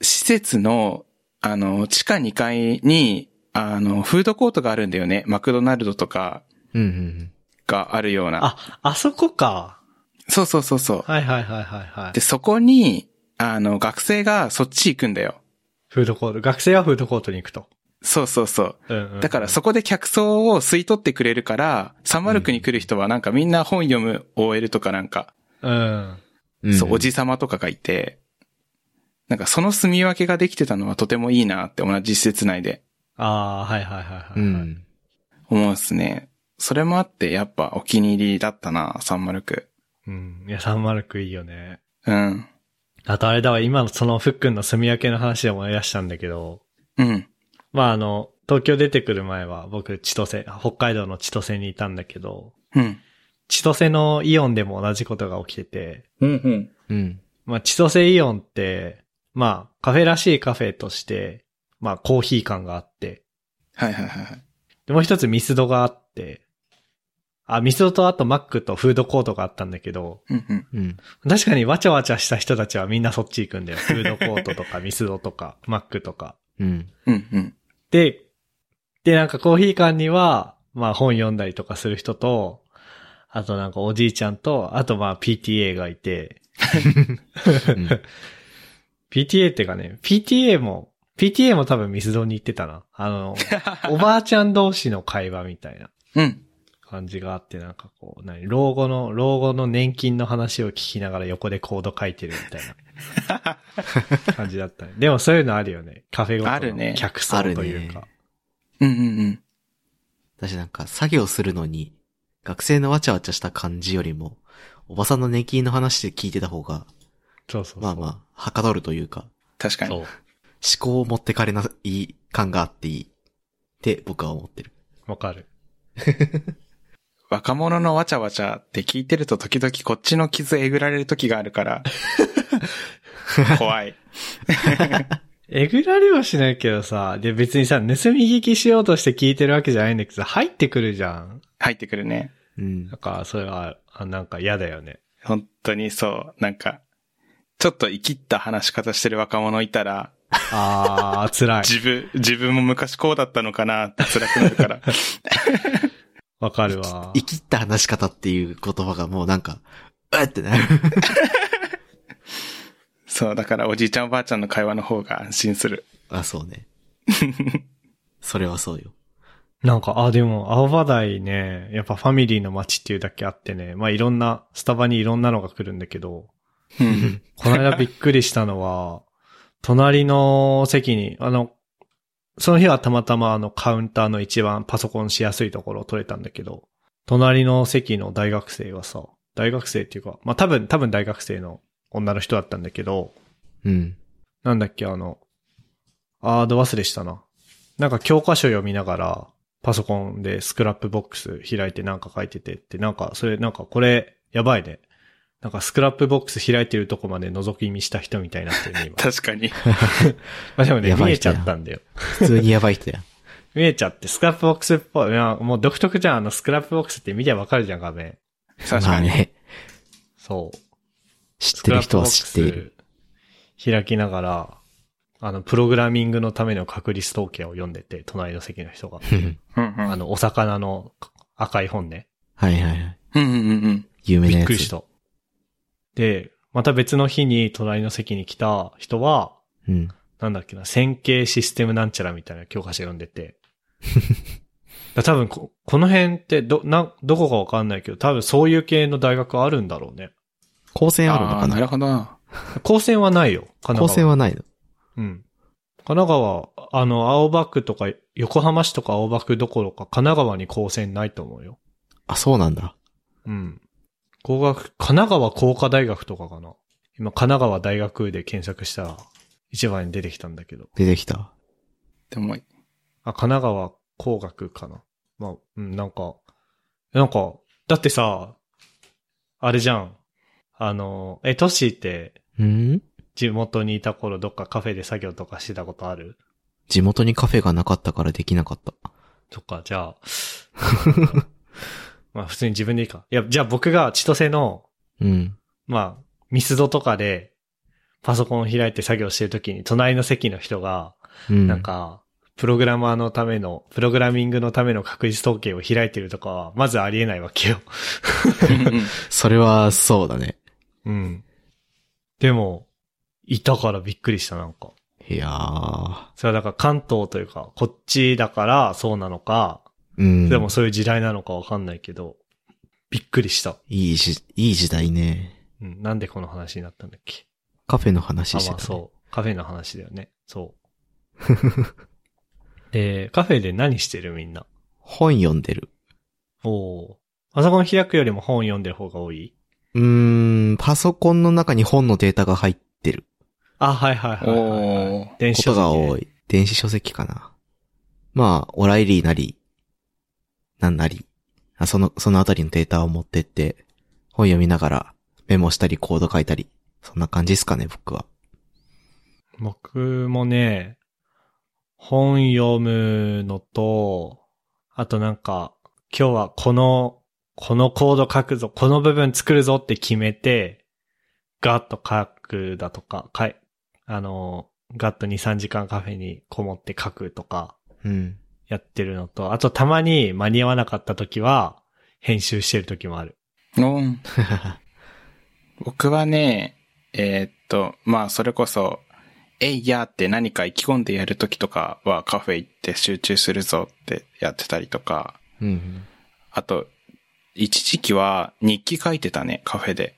Speaker 2: 施設の、あのー地下2階に、あの、フードコートがあるんだよね。マクドナルドとか
Speaker 1: うんうんうん。
Speaker 2: があるような。
Speaker 3: あ、あそこか。
Speaker 2: そうそうそうそう。
Speaker 3: はいはいはいはいはい
Speaker 2: で、。そこに、あの、学生がそっち行くんだよ。
Speaker 3: フードコート。学生はフードコートに行くと。
Speaker 2: そうそうそう。
Speaker 3: うんうん
Speaker 2: だからそこで客層を吸い取ってくれるから、サンマルクに来る人はなんかみんな本読む OL とかなんか、
Speaker 3: うん。
Speaker 1: うん
Speaker 2: そう、おじさまとかがいて、なんかその住み分けができてたのはとてもいいなって同じ施設内で
Speaker 3: ああー、はいはいはいはい。
Speaker 1: う。ん。
Speaker 2: 思うんですね。それもあってやっぱお気に入りだったな、サンマルク。
Speaker 3: うん。いや、サンマルクいいよね。
Speaker 2: うん。
Speaker 3: あとあれだわ、今のそのふっくんの住み分けの話で思い出したんだけど、
Speaker 2: うん。
Speaker 3: まああの、東京出てくる前は僕、千歳、北海道の千歳にいたんだけど、
Speaker 2: うん。
Speaker 3: 千歳のイオンでも同じことが起きてて、
Speaker 2: うん。
Speaker 1: うん。
Speaker 3: まあ千歳イオンって、まあカフェらしいカフェとして、まあコーヒー感があって、
Speaker 2: はいはいはいはい。
Speaker 3: で、もう一つミスドがあって、あ、ミスドとあとマックとフードコートがあったんだけど、
Speaker 2: うんうん。
Speaker 1: うん。
Speaker 3: 確かにわちゃわちゃした人たちはみんなそっち行くんだよ。フードコートとかミスドとかマックとか。
Speaker 1: うん。
Speaker 2: うんうん。
Speaker 3: で、で、なんかコーヒー館には、まあ本読んだりとかする人と、あとなんかおじいちゃんと、あとまあ PTA がいて、
Speaker 1: うん。
Speaker 3: PTA ってかね、PTA も、PTA も多分ミスドに行ってたな。あの、おばあちゃん同士の会話みたいな。
Speaker 2: うん。
Speaker 3: 感じがあって、なんかこう、何、老後の、老後の年金の話を聞きながら横でコード書いてるみたい な感じだったね。でもそういうのあるよね。カフェご
Speaker 2: あ
Speaker 3: と
Speaker 2: るね
Speaker 3: の客層という
Speaker 1: ある
Speaker 3: か。
Speaker 2: うんうんうん。
Speaker 1: 私なんか作業するのに、学生のわちゃわちゃした感じよりも、おばさんの年金の話で聞いてた方が、
Speaker 3: そうそうそう。
Speaker 1: まあまあ、はかどるというか、
Speaker 2: 確かに。
Speaker 3: そうう。
Speaker 1: 思考を持ってかれない感があっていい。って僕は思ってる。
Speaker 3: わかる。
Speaker 2: 若者のわちゃわちゃって聞いてると時々こっちの傷えぐられる時があるから。怖い。
Speaker 3: えぐられはしないけどさ、で別にさ、盗み聞きしようとして聞いてるわけじゃないんだけどさ、入ってくるじゃん。
Speaker 2: 入ってくるね。
Speaker 1: うん
Speaker 3: だ。から、それは、あなんか嫌だよね。
Speaker 2: 本当にそう。なんか、ちょっと生きった話し方してる若者いたら、
Speaker 3: あー、辛い。
Speaker 2: 自分、自分も昔こうだったのかなって辛くなるから。
Speaker 3: わかるわ。
Speaker 1: 生きった話し方っていう言葉がもうなんか、うわってなる。
Speaker 2: そう、だからおじいちゃんおばあちゃんの会話の方が安心する。
Speaker 1: あ、そう ね。それはそうよ。
Speaker 3: なんか、あ、でも、青葉台ね、やっぱファミリーの街っていうだけあってね、まあいろんな、スタバにいろんなのが来るんだけど、
Speaker 2: うん。
Speaker 3: この間びっくりしたのは、 隣の席に、あの、その日はたまたまあのカウンターの一番パソコンしやすいところを取れたんだけど、隣の席の大学生がさ、大学生っていうか、まあ多分、多分大学生の女の人だったんだけど、
Speaker 1: うん。
Speaker 3: なんだっけ、あの、あード忘れしたな。なんか教科書読みながら、パソコンでスクラップボックス開いてなんか書いててって、なんか、それ、なんかこれ、やばいね。なんかスクラップボックス開いてるとこまで覗き見した人みたいになってるね、今。
Speaker 2: 確かに。
Speaker 3: まあでもね、
Speaker 1: やば
Speaker 3: 見
Speaker 1: い
Speaker 3: えち
Speaker 1: 人
Speaker 3: ゃ
Speaker 1: や
Speaker 3: ったんだよ。
Speaker 1: 普通にやばい人 や。
Speaker 3: 見えちゃって、スクラップボックスっぽい。いや、もう独特じゃん。あの、スクラップボックスって見りゃわかるじゃん、画面。
Speaker 2: 確
Speaker 1: ま
Speaker 2: か
Speaker 1: あ
Speaker 2: に。
Speaker 1: ね。
Speaker 3: そう。
Speaker 1: 知ってる人は知っている。
Speaker 3: スクラップボックス開きながら、あの、プログラミングのための確率統計を読んでて、隣の席の人が。
Speaker 2: うん
Speaker 3: あの、お魚の赤い本ね。
Speaker 1: はいはいはい。
Speaker 2: うん。うんうんうん。
Speaker 1: 有名な
Speaker 3: びっ
Speaker 1: や
Speaker 3: くりし
Speaker 1: つ。
Speaker 3: た。で、また別の日に隣の席に来た人は、
Speaker 1: うん。
Speaker 3: なんだっけな、線形システムなんちゃらみたいな教科書読ん でて。だ多分こ、この辺ってど、な、どこかわかんないけど、多分そういう系の大学あるんだろうね。
Speaker 1: 高専あるの
Speaker 2: あ
Speaker 1: か
Speaker 2: ーな
Speaker 1: な
Speaker 2: るほど。
Speaker 3: 高専はないよ。神奈川
Speaker 1: 高専はないの。
Speaker 3: うん。神奈川、あの、青葉区とか、横浜市とか青葉区どころか、神奈川に高専ないと思うよ。
Speaker 1: あ、そうなんだ。
Speaker 3: うん。工学、神奈川工科大学とかかな。今、神奈川大学で検索したら、一番に出てきたんだけど。
Speaker 1: 出てきた。
Speaker 2: でも、
Speaker 3: あ、神奈川工学かな。まあ、うん、なんか、なんか、だってさ、あれじゃん。あの、え、トッシーって、
Speaker 1: うん
Speaker 3: 地元にいた頃どっかカフェで作業とかしてたことある
Speaker 1: 地元にカフェがなかったからできなかった。
Speaker 3: とか、じゃあ、まあ普通に自分でいいか。いや、じゃあ僕が千歳の、
Speaker 1: うん。
Speaker 3: まあ、ミスドとかで、パソコンを開いて作業してるときに、隣の席の人が、
Speaker 1: うん。
Speaker 3: なん。か、プログラマーのための、プログラミングのための確率統計を開いてるとかは、まずありえないわけよ。
Speaker 2: うんうん
Speaker 1: それは、そうだね。
Speaker 3: うん。でも、いたからびっくりした、なんか。
Speaker 1: いやー。
Speaker 3: それはだから関東というか、こっちだからそうなのか、
Speaker 1: うん。
Speaker 3: でも、そういう時代なのかわかんないけど、びっくりした。
Speaker 1: いいし、いい時代ね。
Speaker 3: うん、なんでこの話になったんだっけ。
Speaker 1: カフェの話してた、
Speaker 3: あ、まあ
Speaker 1: ね。
Speaker 3: そう。カフェの話だよね。 そう。で、カフェで何してるみんな。
Speaker 1: 本読んでる。
Speaker 3: おお。パソコン開くよりも本読んでる方が多いう
Speaker 1: ーん、パソコンの中に本のデータが入っってる
Speaker 3: あ、はいはい はいはいはい、
Speaker 2: おー
Speaker 3: 電
Speaker 1: こ
Speaker 3: 子
Speaker 1: と
Speaker 3: 書籍
Speaker 1: が多い。電子書籍かな。まあ、オライリーなり、なんなり、あその、そのあたりのデータを持ってって、本読みながらメモしたりコード書いたり、そんな感じですかね、僕は。
Speaker 3: 僕もね、本読むのと、あとなんか、今日はこの、このコード書くぞ、この部分作るぞって決めて、ガッと書くだとか、かい、あの、ガッと2、3時間カフェにこもって書くとか、
Speaker 1: うん。
Speaker 3: やってるのと、あとたまに間に合わなかった時は、編集してる時もある。
Speaker 2: うん僕はね、えーっと、まあ、それこそ、えいやって何か意気込んでやるときとかはカフェ行って集中するぞってやってたりとか、
Speaker 1: うん。
Speaker 2: あと、一時期は日記書いてたね、カフェで。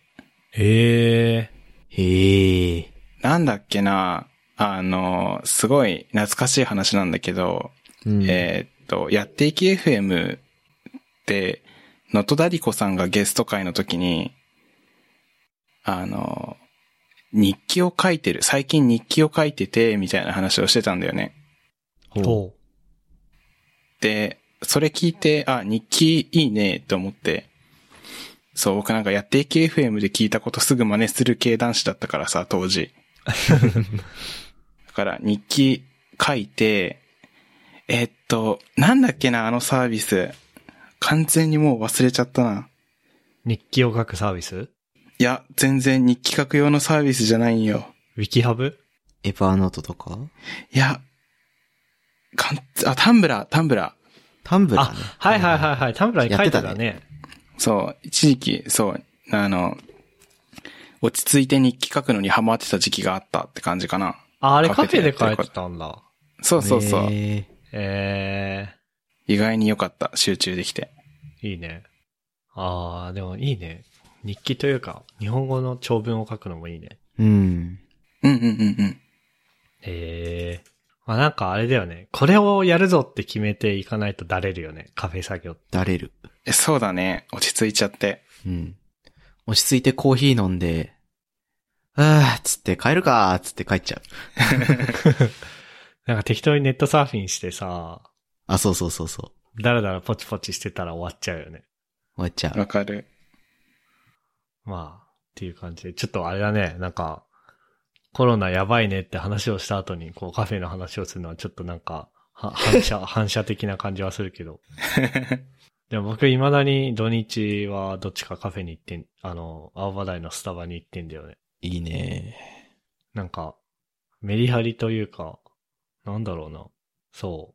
Speaker 3: へえ。
Speaker 1: へえ。
Speaker 2: なんだっけな、あの、すごい懐かしい話なんだけど、
Speaker 1: うん。
Speaker 2: えーっと、やっていき FM で、能登だりこさんがゲスト会の時に、あの、日記を書いてる、最近日記を書いてて、みたいな話をしてたんだよね。
Speaker 1: ほう
Speaker 3: ほ
Speaker 2: で、それ聞いて、あ、日記いいね、と思って、そう、僕なんかやっていき FM で聞いたことすぐ真似する系男子だったからさ、当時。だから日記書いて、えっと、なんだっけな、あのサービス。完全にもう忘れちゃったな。
Speaker 3: う。日記を書くサービス
Speaker 2: いや、全然日記書く用のサービスじゃないんよ。
Speaker 3: ウィキハブ
Speaker 1: エヴァーノートとか
Speaker 2: いや、かん、あ、タンブラー、タンブラー。
Speaker 1: タンブラー
Speaker 3: あ
Speaker 1: ね。、
Speaker 3: はいはいはいはい。タンブラーに書いて
Speaker 1: や
Speaker 3: た
Speaker 1: って
Speaker 3: ね。
Speaker 2: そう、一時期、そう、あの、落ち着いて日記書くのにハマってた時期があったって感じかな。
Speaker 3: ああれ
Speaker 2: カ
Speaker 3: カ
Speaker 2: フ
Speaker 3: フ
Speaker 2: ェ
Speaker 3: ェ
Speaker 2: で
Speaker 3: で書いてたんだ。
Speaker 2: そうそうそう。
Speaker 1: へ
Speaker 3: え
Speaker 2: 意外に良かった。集中できて。
Speaker 3: えいいね。ああ、でもいいね。日記というか、日本語の長文を書くのもいいね。
Speaker 1: ーうん。
Speaker 2: うんうんうんうん。
Speaker 3: ええまあなんかあれだよね。これをやるぞって決めていかないとだれるよね。カフェ作業って。
Speaker 1: だれる。
Speaker 2: えそうだね。落ち着いちゃって。
Speaker 1: うん。落ち着いてコーヒー飲んで、あーっつって帰るかーっつって帰っちゃう。
Speaker 3: なんか適当にネットサーフィンしてさ、
Speaker 1: あ、そうそうそうそう。
Speaker 3: だらだらポチポチしてたら終わっちゃうよね。
Speaker 1: 終わっちゃう。
Speaker 2: わかる。
Speaker 3: まあ、っていう感じで。ちょっとあれだね。なんか、コロナやばいねって話をした後に、こうカフェの話をするのはちょっとなんか、は反射、 反射的な感じはするけど。でも僕未だに土日はどっちかカフェに行ってん、あの、青葉台のスタバに行ってんだよね。
Speaker 1: いいね
Speaker 3: なんか、メリハリというか、なんだろうな。そ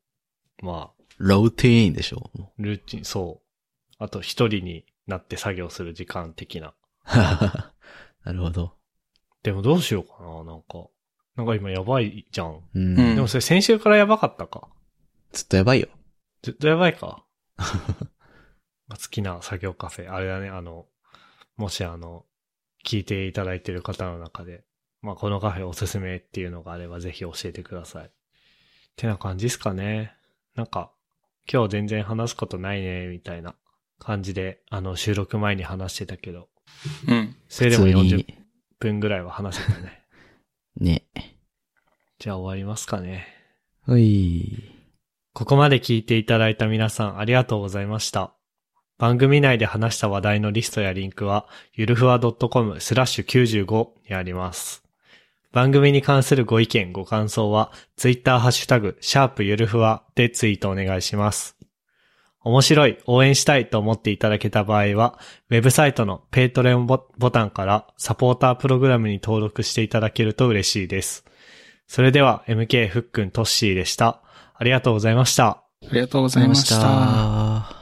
Speaker 3: う。まあ、
Speaker 1: ローティーンでしょ。
Speaker 3: ルーチン、そう。あと一人になって作業する時間的な。
Speaker 1: なるほど。
Speaker 3: でもどうしようかな、なんか。なんか今やばいじゃん。
Speaker 1: うん。
Speaker 2: うん
Speaker 3: でもそれ先週からやばかったか。
Speaker 1: ずっとやばいよ。
Speaker 3: ずっとやばい か。まあ好きな作業カフェ。あれだね、あの、もしあの、聞いていただいている方の中で、まあこのカフェおすすめっていうのがあればぜひ教えてください。ってな感じですかね。なんか、今日全然話すことないね、みたいな感じで、あの、収録前に話してたけど、
Speaker 2: うん。
Speaker 3: それでも
Speaker 1: 普通
Speaker 3: 40
Speaker 1: に
Speaker 3: 分ぐらいは話せたね。
Speaker 1: ね。
Speaker 3: じゃあ終わりますかね。
Speaker 1: ほい。
Speaker 3: ここまで聞いていただいた皆さんありがとうございました。番組内で話した話題のリストやリンクは、ゆるふわ .com スラッシュ95にあります。番組に関するご意見、ご感想は、ツイッターハッシュタグ、シャープゆるふわでツイートお願いします。面白い、応援したいと思っていただけた場合は、ウェブサイトのペイトレンボボタンからサポータープログラムに登録していただけると嬉しいです。それでは、MK ふっくんトッシーでした。ありがとうございました。
Speaker 2: ありがとうございまし
Speaker 1: ありがとうございまし
Speaker 2: た。
Speaker 1: た